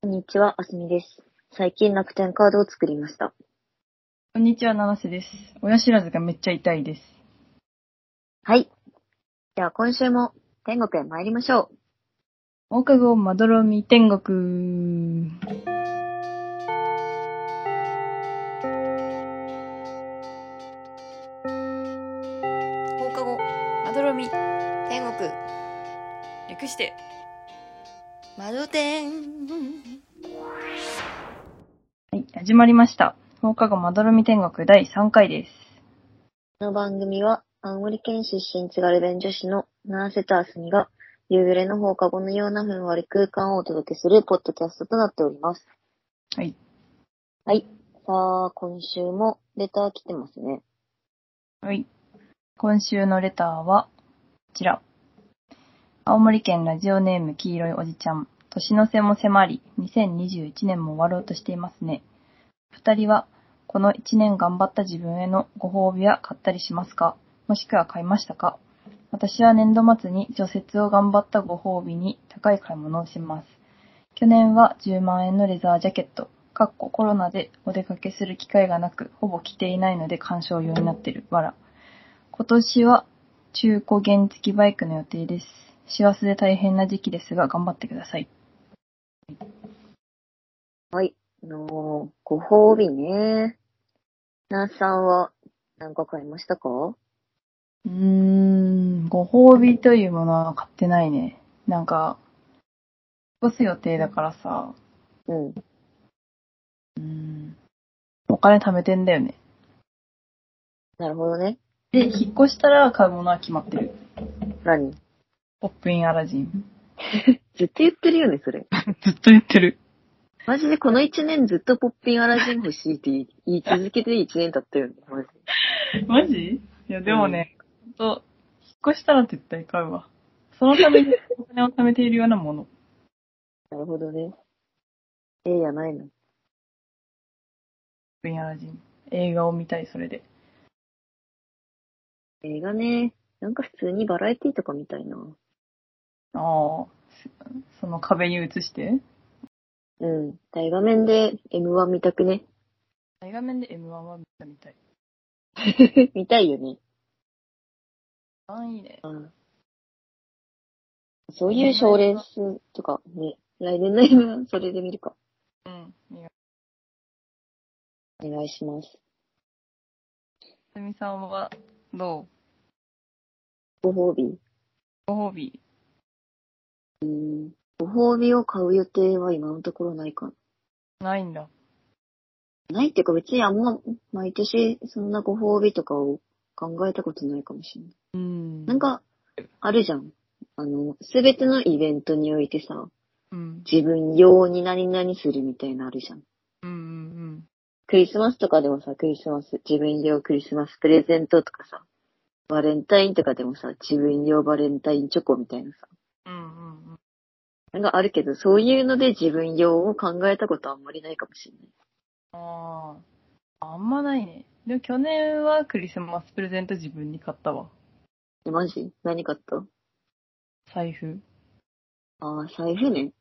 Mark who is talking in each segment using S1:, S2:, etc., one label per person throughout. S1: こんにちは、あすみです。最近楽天カードを作りました。
S2: こんにちは、七瀬です。親知らずがめっちゃ痛いです。
S1: はい。では今週も天国へ参りましょう。
S2: 放課後まどろみ天国。
S3: 放課後まどろみ天国略してまどてん
S2: はい、始まりました。放課後まどろみ天国第3回です。
S1: この番組は、青森県出身津軽弁女子の七瀬とあすみが、夕暮れの放課後のようなふんわり空間をお届けするポッドキャストとなっております。
S2: はい。
S1: はい。さあ、今週もレター来てますね。
S2: はい。今週のレターは、こちら。青森県ラジオネーム黄色いおじちゃん。年の瀬も迫り、2021年も終わろうとしていますね。二人は、この一年頑張った自分へのご褒美は買ったりしますかもしくは買いましたか私は年度末に除雪を頑張ったご褒美に高い買い物をします。去年は10万円のレザージャケット、かっこコロナでお出かけする機会がなく、ほぼ着ていないので鑑賞用になってる。わら。今年は中古原付きバイクの予定です。師走で大変な時期ですが、頑張ってください。
S1: はい。あのーご褒美ね。なあさんは、なんか買いましたか
S2: うーん、ご褒美というものは買ってないね。なんか、引っ越す予定だからさ、
S1: うん。
S2: うーん、お金貯めてんだよね。
S1: なるほどね。
S2: で、引っ越したら買うものは決まってる。
S1: 何
S2: ポップインアラジン。
S1: ずっと言ってるよね、それ。
S2: ずっと言ってる。
S1: マジでこの一年ずっとポッピンアラジン欲しいって言い言い続けて一年経ったよね、マジで。
S2: マジいや、でもね、ほんと、引っ越したら絶対買うわ。そのためにお金を貯めているようなもの。
S1: なるほどね。ええやないの。
S2: ブンアラジン。映画を見たい、それで。
S1: 映画ね、なんか普通にバラエティとかみたいな。
S2: ああ、その壁に映して。
S1: うん。大画面で M1 見たくね。
S2: 大画面で M1 は見たみたい。
S1: 見たいよね。
S2: あいいね。
S1: うんそういう賞レースとかね、来年の M1 それで見るか。
S2: うん。
S1: お願いします。
S2: すみさんは、ど
S1: ご褒美。
S2: うご褒美。
S1: うんご褒美を買う予定は今のところないかな。
S2: ないんだ。
S1: ないっていうか別にあんま毎年そんなご褒美とかを考えたことないかもしれない。
S2: うん。
S1: なん、か、あるじゃん。あの、すべてのイベントにおいてさ、
S2: うん。
S1: 自分用に何々するみたいなのあるじゃん。
S2: うんうん
S1: クリスマスとかでもさ、クリスマス、自分用クリスマスプレゼントとかさ、バレンタインとかでもさ、自分用バレンタインチョコみたいなさ、
S2: うん。うんうんうん。
S1: なんかあるけど、そういうので自分用を考えたことあんまりないかもしれない。
S2: ああ。あんまないね。でも去年はクリスマスプレゼント自分に買ったわ。
S1: えマジ何買った
S2: 財布。
S1: ああ、財布ね。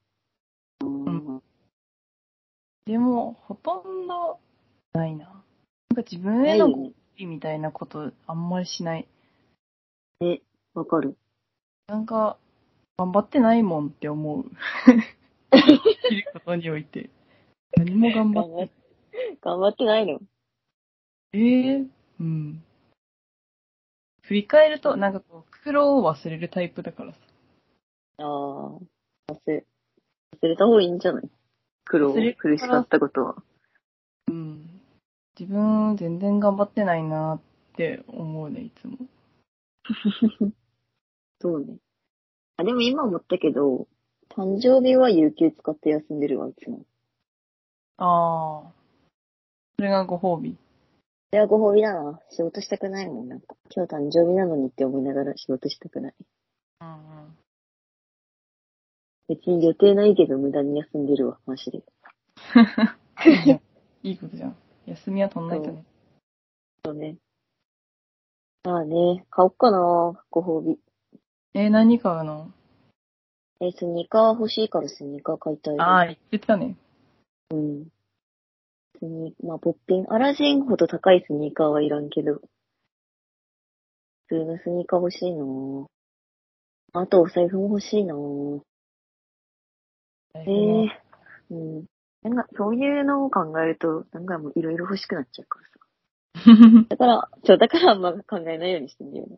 S1: うん。
S2: でも、ほとんど、ないな。なんか自分
S1: な
S2: へ
S1: いよ
S2: の
S1: ね
S2: ご褒美みたいなこと、あんまりしない。
S1: わかる。
S2: なんか、頑張ってないもんって思う。 生きることにおいて。何も頑張って。
S1: 頑張ってないの
S2: えー、うん。振り返ると、なんかこう、苦労を忘れるタイプだからさ。
S1: ああ、忘れ、忘れた方がいいんじゃない苦労
S2: 忘れ、る
S1: 苦しかったことは。
S2: うん。自分、全然頑張ってないなって思うね、いつも。
S1: そうね。あ、でも今思ったけど、誕生日は有給使って休んでるわ、いつも。
S2: ああ。それがご褒美。
S1: それはご褒美だな。仕事したくないもん、なんか。今日誕生日なのにって思いながら仕事したくない。
S2: うんうん。
S1: 別に予定ないけど無駄に休んでるわ、マジで。
S2: いいことじゃん。休みは取んないとね。
S1: そうね。まあね、買おっかな、ご褒美。
S2: えー、何買うの
S1: え、スニーカー欲しいからスニーカー買いたい。
S2: ああ、言ってたね。
S1: うん。スニーまあ、ポッピン、アラジンほど高いスニーカーはいらんけど。普通のスニーカー欲しいなぁあとお財布も欲しいなぁええうん。なんか、そういうのを考えると、なんかもういろいろ欲しくなっちゃうからさ。だから、そう、だからあんま考えないようにしてんだよね。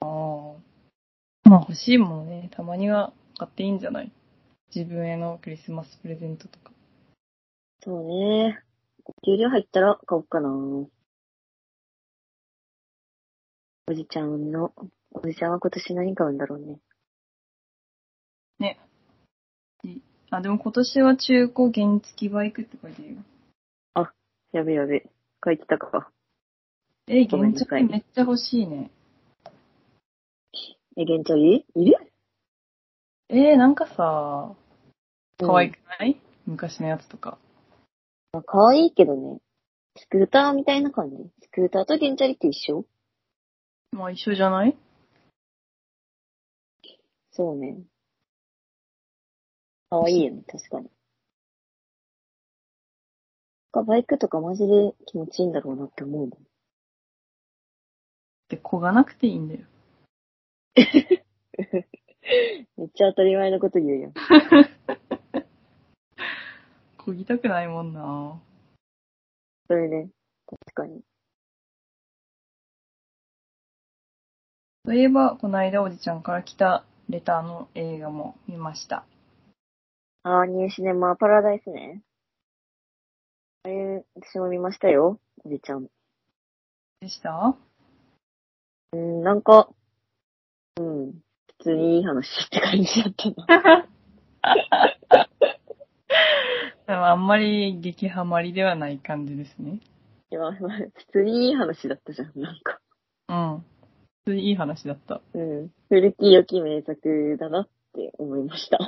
S2: ああ。まあ欲しいもんね。たまには買っていいんじゃない自分へのクリスマスプレゼントとか。
S1: そうね。お給料入ったら買おうかな。おじちゃんの、おじちゃんは今年何買うんだろうね。
S2: あ、でも今年は中古原付バイクって書いてるよ。
S1: やべやべ。書いてたか。
S2: え、
S1: ごめん
S2: 原
S1: なさい
S2: 付めっちゃ欲しいね。
S1: え、現状いいいる
S2: えー、なんかさ、可愛くない、昔のやつとか。
S1: うん、かわいいけどね。スクーターみたいな感じ。スクーターと現チャリって一緒
S2: まあ一緒じゃない
S1: そうね。かわいいよね、確かに。なんかバイクとかマジで気持ちいいんだろうなって思うね。
S2: で、こがなくていいんだよ。
S1: めっちゃ当たり前のこと言うやん。
S2: こぎたくないもんな
S1: それね。確かに。
S2: そういえば、この間おじちゃんから来たレターの映画も見ました。
S1: あー、ニューシネマパラダイスね。あれ、私も見ましたよ。おじちゃん。
S2: で した
S1: うん、なんか、うん、普通にいい話って感じだったな。
S2: でもあんまり激ハマりではない感じですね。
S1: いや、まあ普通にいい話だったじゃん、なんか。
S2: うん。普通にいい話だった。
S1: うん。古き良き名作だなって思いました。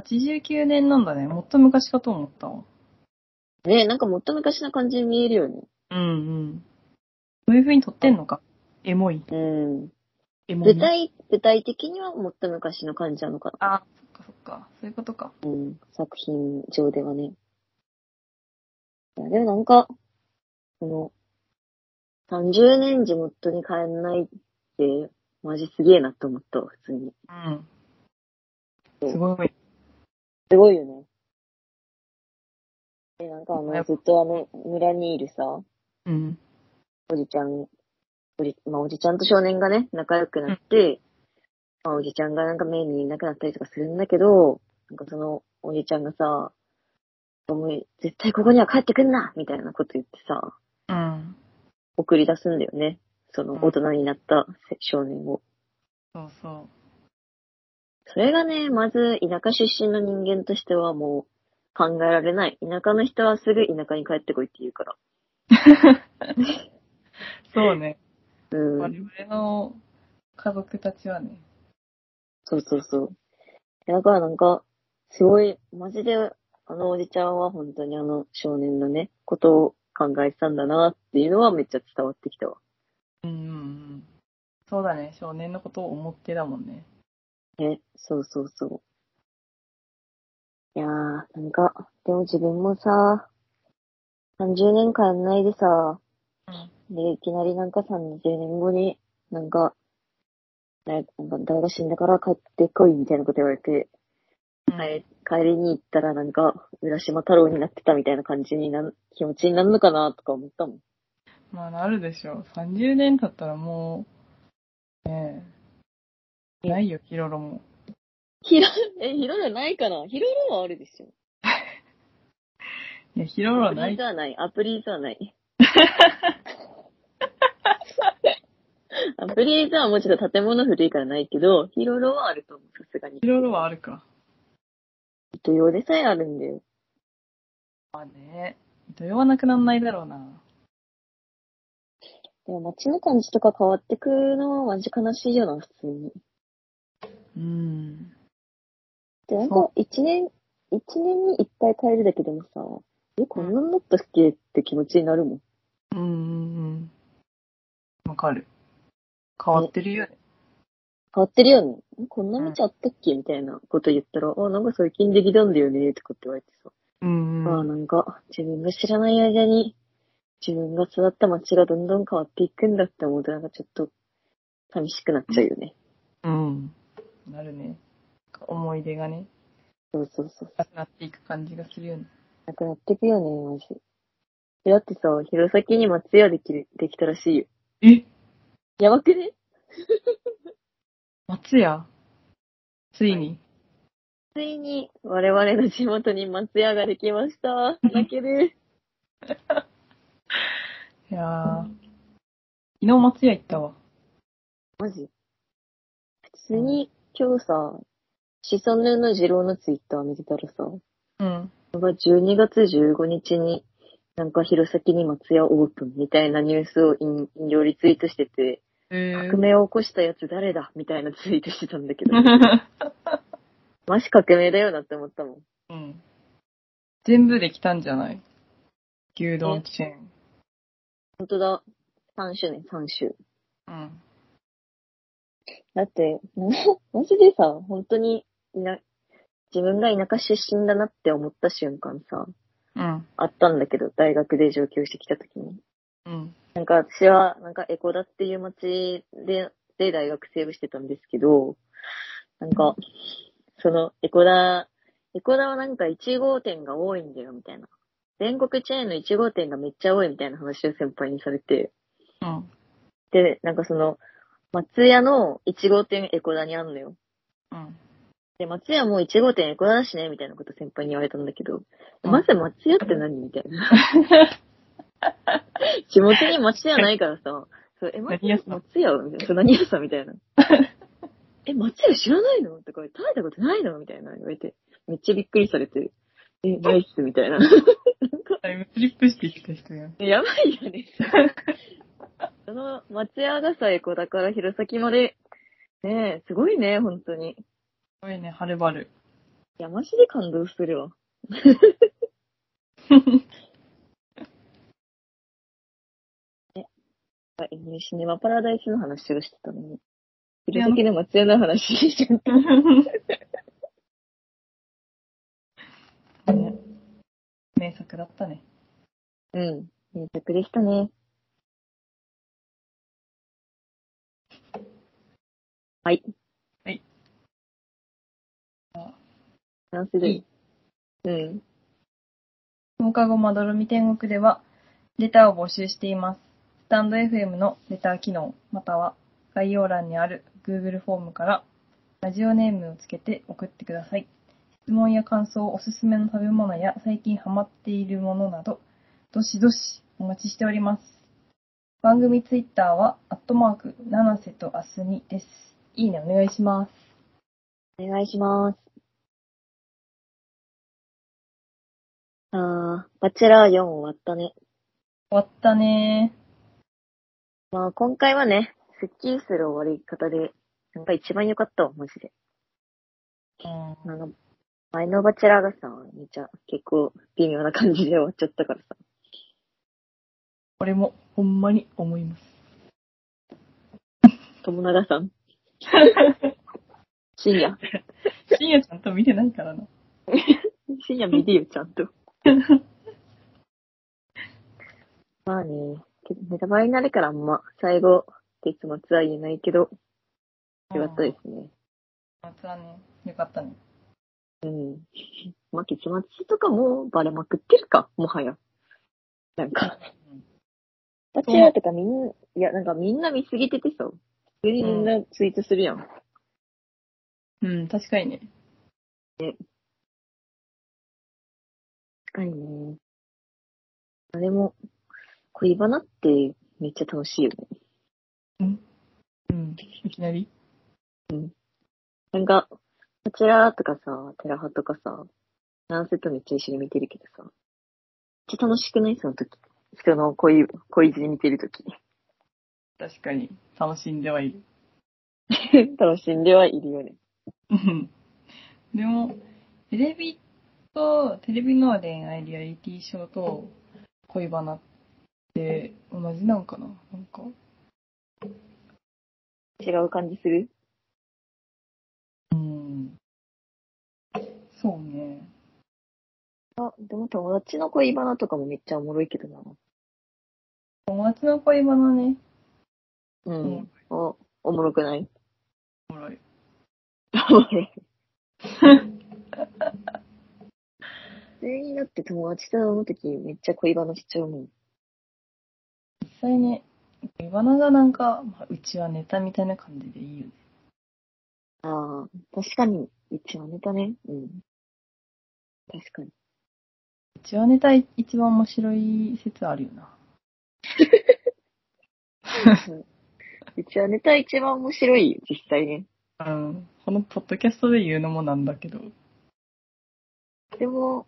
S2: 89年なんだね。もっと昔かと思ったわ。
S1: ねなんかもっと昔な感じに見えるよね。
S2: うんうん。そういう風に撮ってんのか。エモい。
S1: うん。
S2: エモい。
S1: 舞台、舞台的にはもっと昔の感じなのか
S2: あ、そっかそっか。そういうことか。
S1: な。うん。作品上ではね。いや、でもなんか、この、30年地元に帰んないって、マジすげえなって思ったわ、普通に。
S2: うん。
S1: そう
S2: すごい。
S1: すごいよね。で、なんかあの、ずっとあの、村にいるさ、
S2: うん。
S1: おじちゃん、おじ、まあ、おじちゃんと少年がね、仲良くなって、まあ、おじちゃんがなんかメインにいなくなったりとかするんだけど、なんかその、おじちゃんがさ、もう絶対ここには帰ってくんなみたいなこと言ってさ、
S2: うん。
S1: 送り出すんだよね。その、大人になった少年を。
S2: そうそ
S1: それがね、まず、田舎出身の人間としてはもう、考えられない。田舎の人はすぐ田舎に帰ってこいって言うから。
S2: う。そうね。
S1: うん。
S2: 我々の家族たちはね。
S1: そうそうそう。だからなんか、すごい、マジで、あのおじちゃんは本当にあの少年のね、ことを考えてたんだなっていうのはめっちゃ伝わってきたわ。
S2: うんうんうん。そうだね。少年のことを思ってだもんね。
S1: ね、そうそうそう。いやー、なんか、でも自分もさ、30年間ないでさ、で、いきなりなんか30年後に、なんか、ねなんか、誰が死んだから帰ってこいみたいなこと言われて、
S2: うん。
S1: 帰帰りに行ったらなんか、浦島太郎になってたみたいな感じになん、気持ちになるのかなとか思ったもん。
S2: まあ、なるでしょう。30年経ったらもう、ねえ。ないよ、キロロも。
S1: ひろ、 え、ひろろないかなひろろはあるでしょ。
S2: いや、キロロ
S1: ア
S2: は
S1: プ
S2: な
S1: リ
S2: い
S1: ーズ。はない。アプリーズは ない。アプリーズはもうちょっと建物古いからないけど、ひろろはあると思う、さすがに
S2: キ。ロロはあるか。
S1: 土曜でさえあるんだよ。
S2: まあね。土曜はなくなんないだろうな。
S1: でも街の感じとか変わってくのはマジ悲しいよな、普通に。
S2: うん。
S1: で、なん
S2: そ
S1: か、一年、一年に一回変えるだけでもさ、え、こんなになったっけって気持ちになるもん。
S2: うんうんうん。わかる。変わってるよね。
S1: 変わってるよね。こんな道あったっけみたいなこと言ったら、あ、なんか最近できたんだよね、とかって言われてさ。
S2: うん
S1: ああ、なんか、自分が知らない間に、自分が育った街がどんどん変わっていくんだって思うと、なんかちょっと、寂しくなっちゃうよね。
S2: うん。なるね。思い出がね、
S1: そうそうそう。
S2: なくなっていく感じがするよね。
S1: なくなってくよね、マジ。えだってさ、弘前に松屋できる、できたらしいよ。
S2: え
S1: やばくね
S2: 松屋ついに。
S1: ついに、我々の地元に松屋ができました。泣ける。
S2: い、やー。昨日松屋行ったわ。
S1: マジ普通に、今日さ、シソヌの二郎のツイッター見てたらさ、
S2: うん。
S1: が12月15日に、なんか弘前に松屋オープンみたいなニュースを引引用リツイートしてて、
S2: え
S1: 革命を起こしたやつ誰だみたいなツイートしてたんだけど、
S2: う
S1: マジ革命だよなって思ったもん。
S2: ん。全部できたんじゃない牛丼チェーン。
S1: 本当だ。3周ね、3周。
S2: うん。
S1: だって、 マジでさ、本当に、な、自分が田舎出身だなって思った瞬間さ、
S2: うん。
S1: あったんだけど、大学で上京してきた時に。
S2: うん。
S1: なんか私は、なんかエコダっていう街で、で大学生をしてたんですけど、なんか、そのエコダ、エコダはなんか1号店が多いんだよ、みたいな。全国チェーンの1号店がめっちゃ多いみたいな話を先輩にされて、
S2: うん。
S1: で、なんかその、松屋の1号店エコダにあんのよ。
S2: うん。
S1: で、松屋も1号店エコダだしね、みたいなこと先輩に言われたんだけど、
S2: うん
S1: まず松屋って何みたいな。 地元に松屋ないからさ、そうえ、松
S2: 何屋さん
S1: 松屋みたいな。そう何屋さんみたいな。え、松屋知らないのとか、食べたことないのみたいな言われて、めっちゃびっくりされて、え、ナイスみた いな。
S2: タイムスリップしてきた人やん。
S1: やばいよね。その松屋がさ、エコだから弘前まで、ねえ、すごいね、本当に。
S2: すごいね、はるば る。
S1: いや、マジで感動する わ。え、シネマパラダイスの話をしてたのに。昼時の松屋の話しちゃった。
S2: ね名作だったね。
S1: うん。名作でしたね。はい。
S2: はい。あ
S1: 何する
S2: いい
S1: うん。
S2: 放課後まどろみ天国では、レターを募集しています。スタンド FM のレター機能、または概要欄にある Google フォームから、ラジオネームをつけて送ってください。質問や感想、おすすめの食べ物や最近ハマっているものなど、どしどしお待ちしております。番組ツイッターは、アットマーク、七瀬とあすみです。いいね、お願いします。
S1: お願いします。あー、バチェラー4終わったね。
S2: 終わったね
S1: まあ今回はね、スッキリする終わり方で、なんか一番良かったわ、マジで。
S2: ー。
S1: あの、前のバチェラーがさ、めっちゃ結構微妙な感じで終わっちゃったからさ。
S2: 俺も、ほんまに思います。
S1: 友永さ ん。深夜。
S2: 深夜ちゃんと見てないからな。
S1: 深夜見てよ、ちゃんと。まあね、けどネタバレになるからあんま、最後、結末は言えないけど、よかったですね。
S2: 夏はね、よかったね。
S1: うん。まあ、結末とかもバレまくってるか、もはや。なんか、バチェラーとかみんな、いや、なんかみんな見すぎててさ、普通にみんなツイートするやん。
S2: うん、確かにね。
S1: 確かにね。あれも、恋バナってめっちゃ楽しいよね。
S2: うん、いきなり。
S1: なんか、こちらとかさ、テラハとかさ、何セットめっちゃ一緒に見てるけどさ、めっちゃ楽しくないその時。人の恋、恋路見てる時。
S2: 確かに。楽しんではいる。
S1: 楽しんではいるよね。
S2: うんでも、テレビと、テレビの恋愛リアリティショーと恋バナって同じなんかななんか、
S1: 違う感じする
S2: そうね。
S1: あ、でも友達の恋バナとかもめっちゃおもろいけどな。
S2: 友達の恋バナね。
S1: う。
S2: うん
S1: お、おもろくない
S2: おもろい。
S1: おもろい 全員だって友達と会うときめっちゃ恋バナしちゃうもん。
S2: 実際ね、恋バナがなんか、まあ、うちはネタみたいな感じでいいよね。
S1: ああ、確かに。一番ネタね。うん。確かに。
S2: うちはネタい一番面白い説あるよな。
S1: うちはネタ一番面白い、実際ね。
S2: うん。このポッドキャストで言うのもなんだけど。
S1: でも、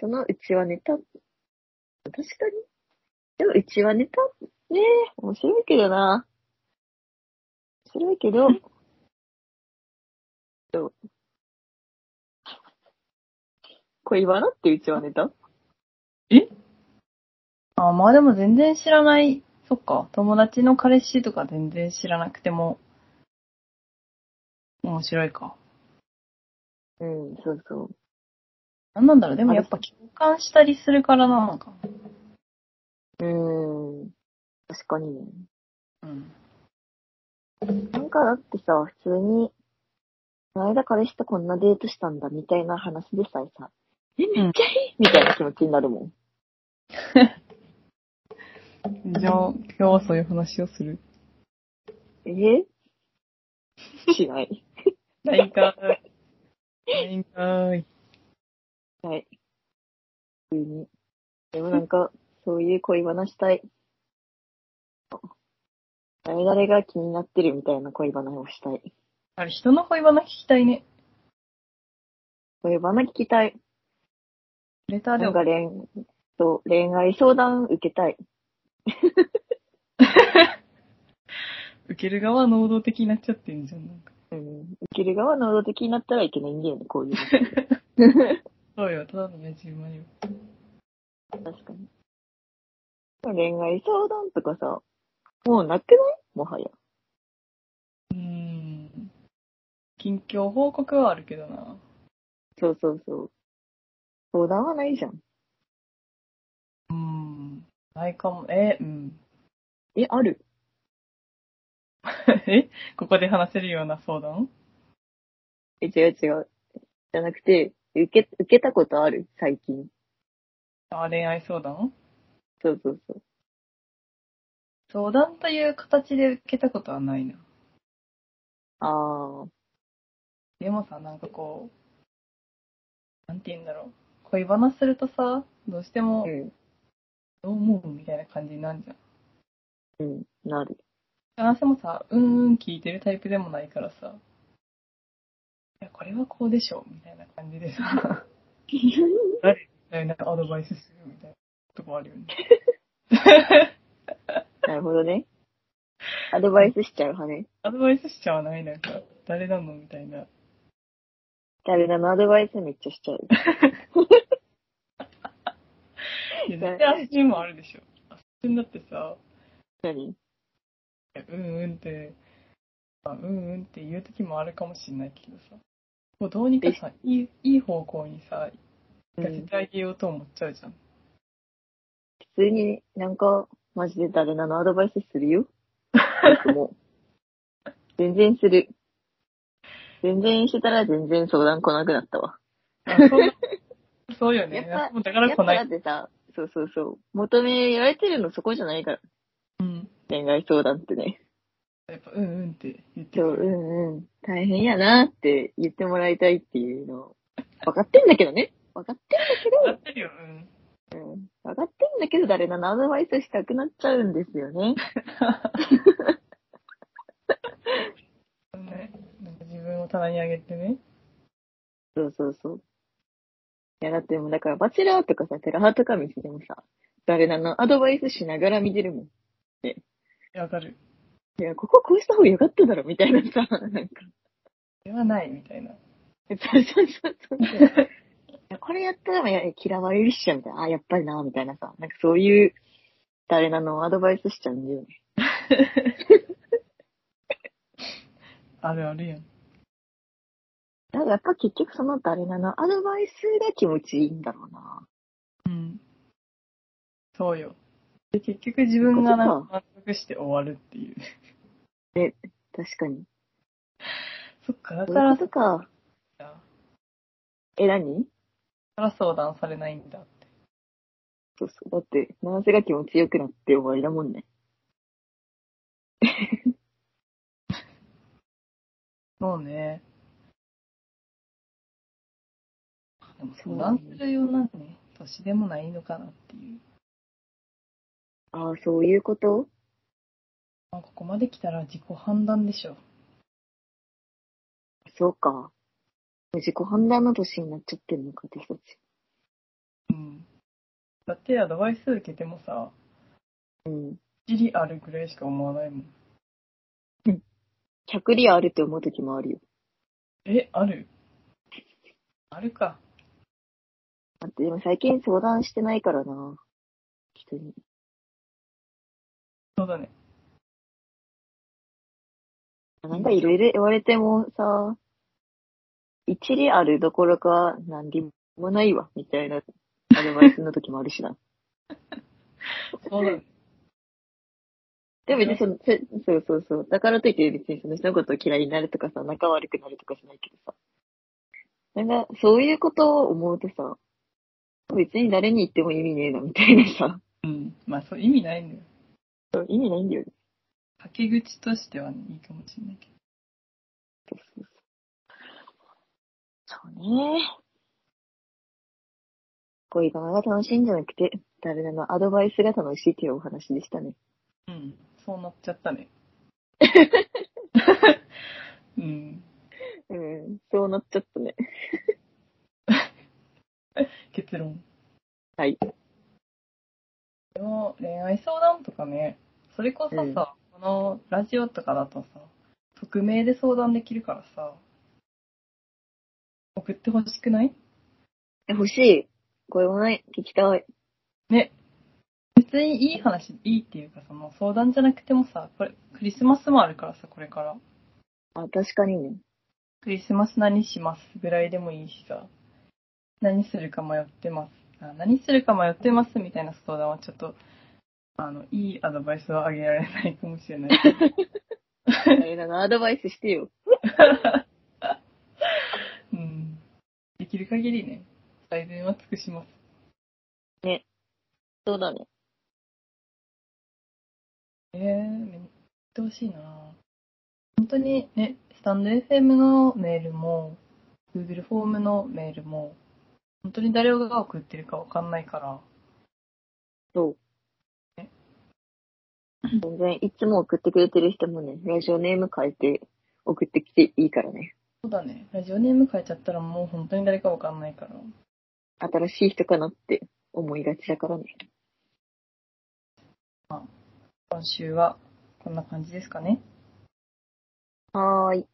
S1: そのうちはネタ、確かに。でもうちはネタねえ、面白いけどな。面白いけど、そう。 恋バナってうちはネタ
S2: あ、まあでも全然知らない。そっか。友達の彼氏とか全然知らなくても、面白いか。
S1: うん、そうそう。
S2: なんなんだろう。でもやっぱ共感したりするからなのか。
S1: うーん。確かにね。
S2: うん。
S1: なんかだってさ、普通に、この間彼氏とこんなデートしたんだみたいな話でさえさ、え、めっちゃいいみたいな気持ちになるもん。
S2: じゃあ、今日はそういう話をす る。
S1: えしない。
S2: ないんかーい。ないんかーい。
S1: はい。普通に。でもなんか、そういう恋話したい。誰々が気になってるみたいな恋話をしたい。
S2: あれ、人の恋バナ聞きたいね。
S1: 恋バナ聞きたい。
S2: レターで
S1: なん
S2: 送
S1: か
S2: る。
S1: 恋、そう、恋愛相談受けたい。
S2: 受ける側は能動的になっちゃってんじゃん。なんか
S1: うん。受ける側能動的になったらいけないんだよね、こ ういうの。
S2: そうよ、ただのねじ馬よ。
S1: 確かに。恋愛相談とかさ、もうなくないもはや。
S2: うーん。近況報告はあるけどな。
S1: そうそうそう。相談はないじゃん。
S2: うーん。ないかも。え、うん。
S1: え、ある
S2: えここで話せるような相談
S1: え、違う違う。じゃなくて、受け、受けたことある最近。
S2: あ、恋愛相談
S1: そうそうそう。
S2: 相談という形で受けたことはないな。
S1: あー。
S2: でもさ、なんかこう、なんて言うんだろう。恋バナするとさ、どうしても
S1: う、ん。
S2: どう思うみたいな感じになるじゃん。
S1: うん。な る。
S2: 男性もさ、うんうん聞いてるタイプでもないからさ、いや、これはこうでしょ、みたいな感じでさ、 みたいなアドバイスするみたいなとこあるよね。
S1: なるほどね。アドバイスしちゃう派ね。
S2: アドバイスしちゃわないなんか、誰なのみたいな。
S1: 誰なのアドバイスめっちゃしちゃう。
S2: いや、絶対アスチンもあるでしょ。アスチンだってさ、
S1: 何
S2: いやうんうんって、まあ、うんうんって言う時もあるかもしれないけどさ、もうどうにかさ、いいいい方向にさ、
S1: う
S2: 行かせ
S1: ん
S2: て。あげようと思っちゃうじゃん。
S1: 普通になんか、マジで誰なのアドバイスするよ。僕も。全然する。全然してたら全然相談来なくなったわ。
S2: あそう そうよね。
S1: やっぱ
S2: もうだか
S1: や
S2: ら
S1: っ
S2: 来
S1: ぱ
S2: ない
S1: だってさ、そうそうそう。求められてるのそこじゃないから。
S2: うん。
S1: 恋愛相談ってね。
S2: やっぱ、うんうんって言っ て
S1: そう、
S2: く
S1: う
S2: る。
S1: んうん。大変やなって言ってもらいたいっていうの。分かってんだけどね。分かってんだ
S2: やってるよ、うん。
S1: けど、うん。分かってんだけど誰なのアドバイスしたくなっちゃうんですよね。
S2: そうねなんか自分を棚に上げてね。
S1: そうそうそう。いや、だってもうだから、バチェラーとかさ、テラハとか見ててもさ、誰なのアドバイスしながら見てるもん。
S2: わかる。
S1: いや、こここうした方が良かっただろ、みたいなさ、 なんか。
S2: ではない、みた いな。
S1: そうそうそうそう。いやこれやったらいや嫌われるっしょ、みたいな。あ、やっぱりな、みたいなさ。なんかそういう、誰なのアドバイスしちゃうんだよね。
S2: あるあるやん。
S1: なんかやっぱ結局その誰なのアドバイスが気持ちいいんだろうな。
S2: うん。そうよ。で結局自分がなんか満足して終わるっていう。
S1: 確かに。
S2: そっか、だ
S1: そう
S2: か
S1: い
S2: ら
S1: うことか。
S2: だか
S1: え、何
S2: ら相談されないんだって。
S1: そうそう。だって、なんせが気持ちよくなって終わりだもんね。
S2: そうね。でも
S1: そう
S2: 相
S1: ね
S2: 談するようなんてね、年でもないのかなっていう。
S1: ああ、そういうこと
S2: まあ、ここまで来たら自己判断でしょ。
S1: そうか。自己判断の年になっちゃってるのか、私たち。
S2: うん。だってアドバイス受けてもさ、
S1: うん。
S2: 一理あるぐらいしか思わないもん。
S1: 100リアあるって思う時もあるよ。
S2: え、あるあるか。
S1: だって、でも最近相談してないからな。人に。
S2: そうだね。
S1: なんかいろいろ言われてもさ、一理あるどころか何でもないわ、みたいなアドバイスの時もあるしな。
S2: そうだね。
S1: でも別にその、せそうそうそう。だからといって別にその人のことを嫌いになるとかさ、仲悪くなるとかしないけどさ。なんか、そういうことを思うとさ、別に誰に言っても意味ねえな、みたいなさ。
S2: うん。まあ、そう意味ないんだよ。
S1: そう意味ないんだよね。
S2: 掛け口としてはね、いいかもしれないけど。
S1: そうそうそう。そうね。恋バナが楽しいんじゃなくて、誰でもアドバイスが楽しいというお話でしたね。
S2: うん。そうなっちゃったね。うん。
S1: うん、そうなっちゃったね。
S2: 結論。
S1: はい。
S2: でも、恋愛相談とかね、それこそ
S1: うん
S2: さ、このラジオとかだとさ、匿名で相談できるからさ、送ってほしくない
S1: え欲しい。恋バナ聞きたい。
S2: ね。別にいい話、いいっていうか、その相談じゃなくてもさ、これ、クリスマスもあるからさ、これから。
S1: あ、確かにね。
S2: クリスマス何しますぐらいでもいいしさ、何するか迷ってます。あ何するか迷ってますみたいな相談はちょっと、あの、いいアドバイスはあげられないかもしれない。
S1: あれだな、アドバイスしてよ。
S2: うん。できる限りね、最善は尽くします。
S1: そうだね。
S2: ええめっちゃ欲しいな本当にね、スタンド FM のメールも、Google フォームのメールも、本当に誰が送ってるかわかんないから、
S1: そう
S2: え。
S1: 全然、いつも送ってくれてる人もね、ラジオネーム変えて送ってきていいからね。
S2: そうだね、ラジオネーム変えちゃったらもう本当に誰かわかんないから、
S1: 新しい人かなって思いがちだからね。
S2: 今週はこんな感じですかね。
S1: はーい。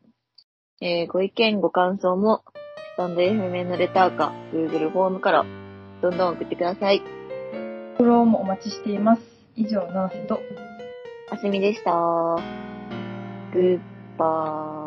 S1: えー、ご意見、ご感想も、スタンド FM のレターか、Google フォームから、どんどん送ってください。
S2: フォローもお待ちしています。以上、七瀬と
S1: あすみでした。グッバイ。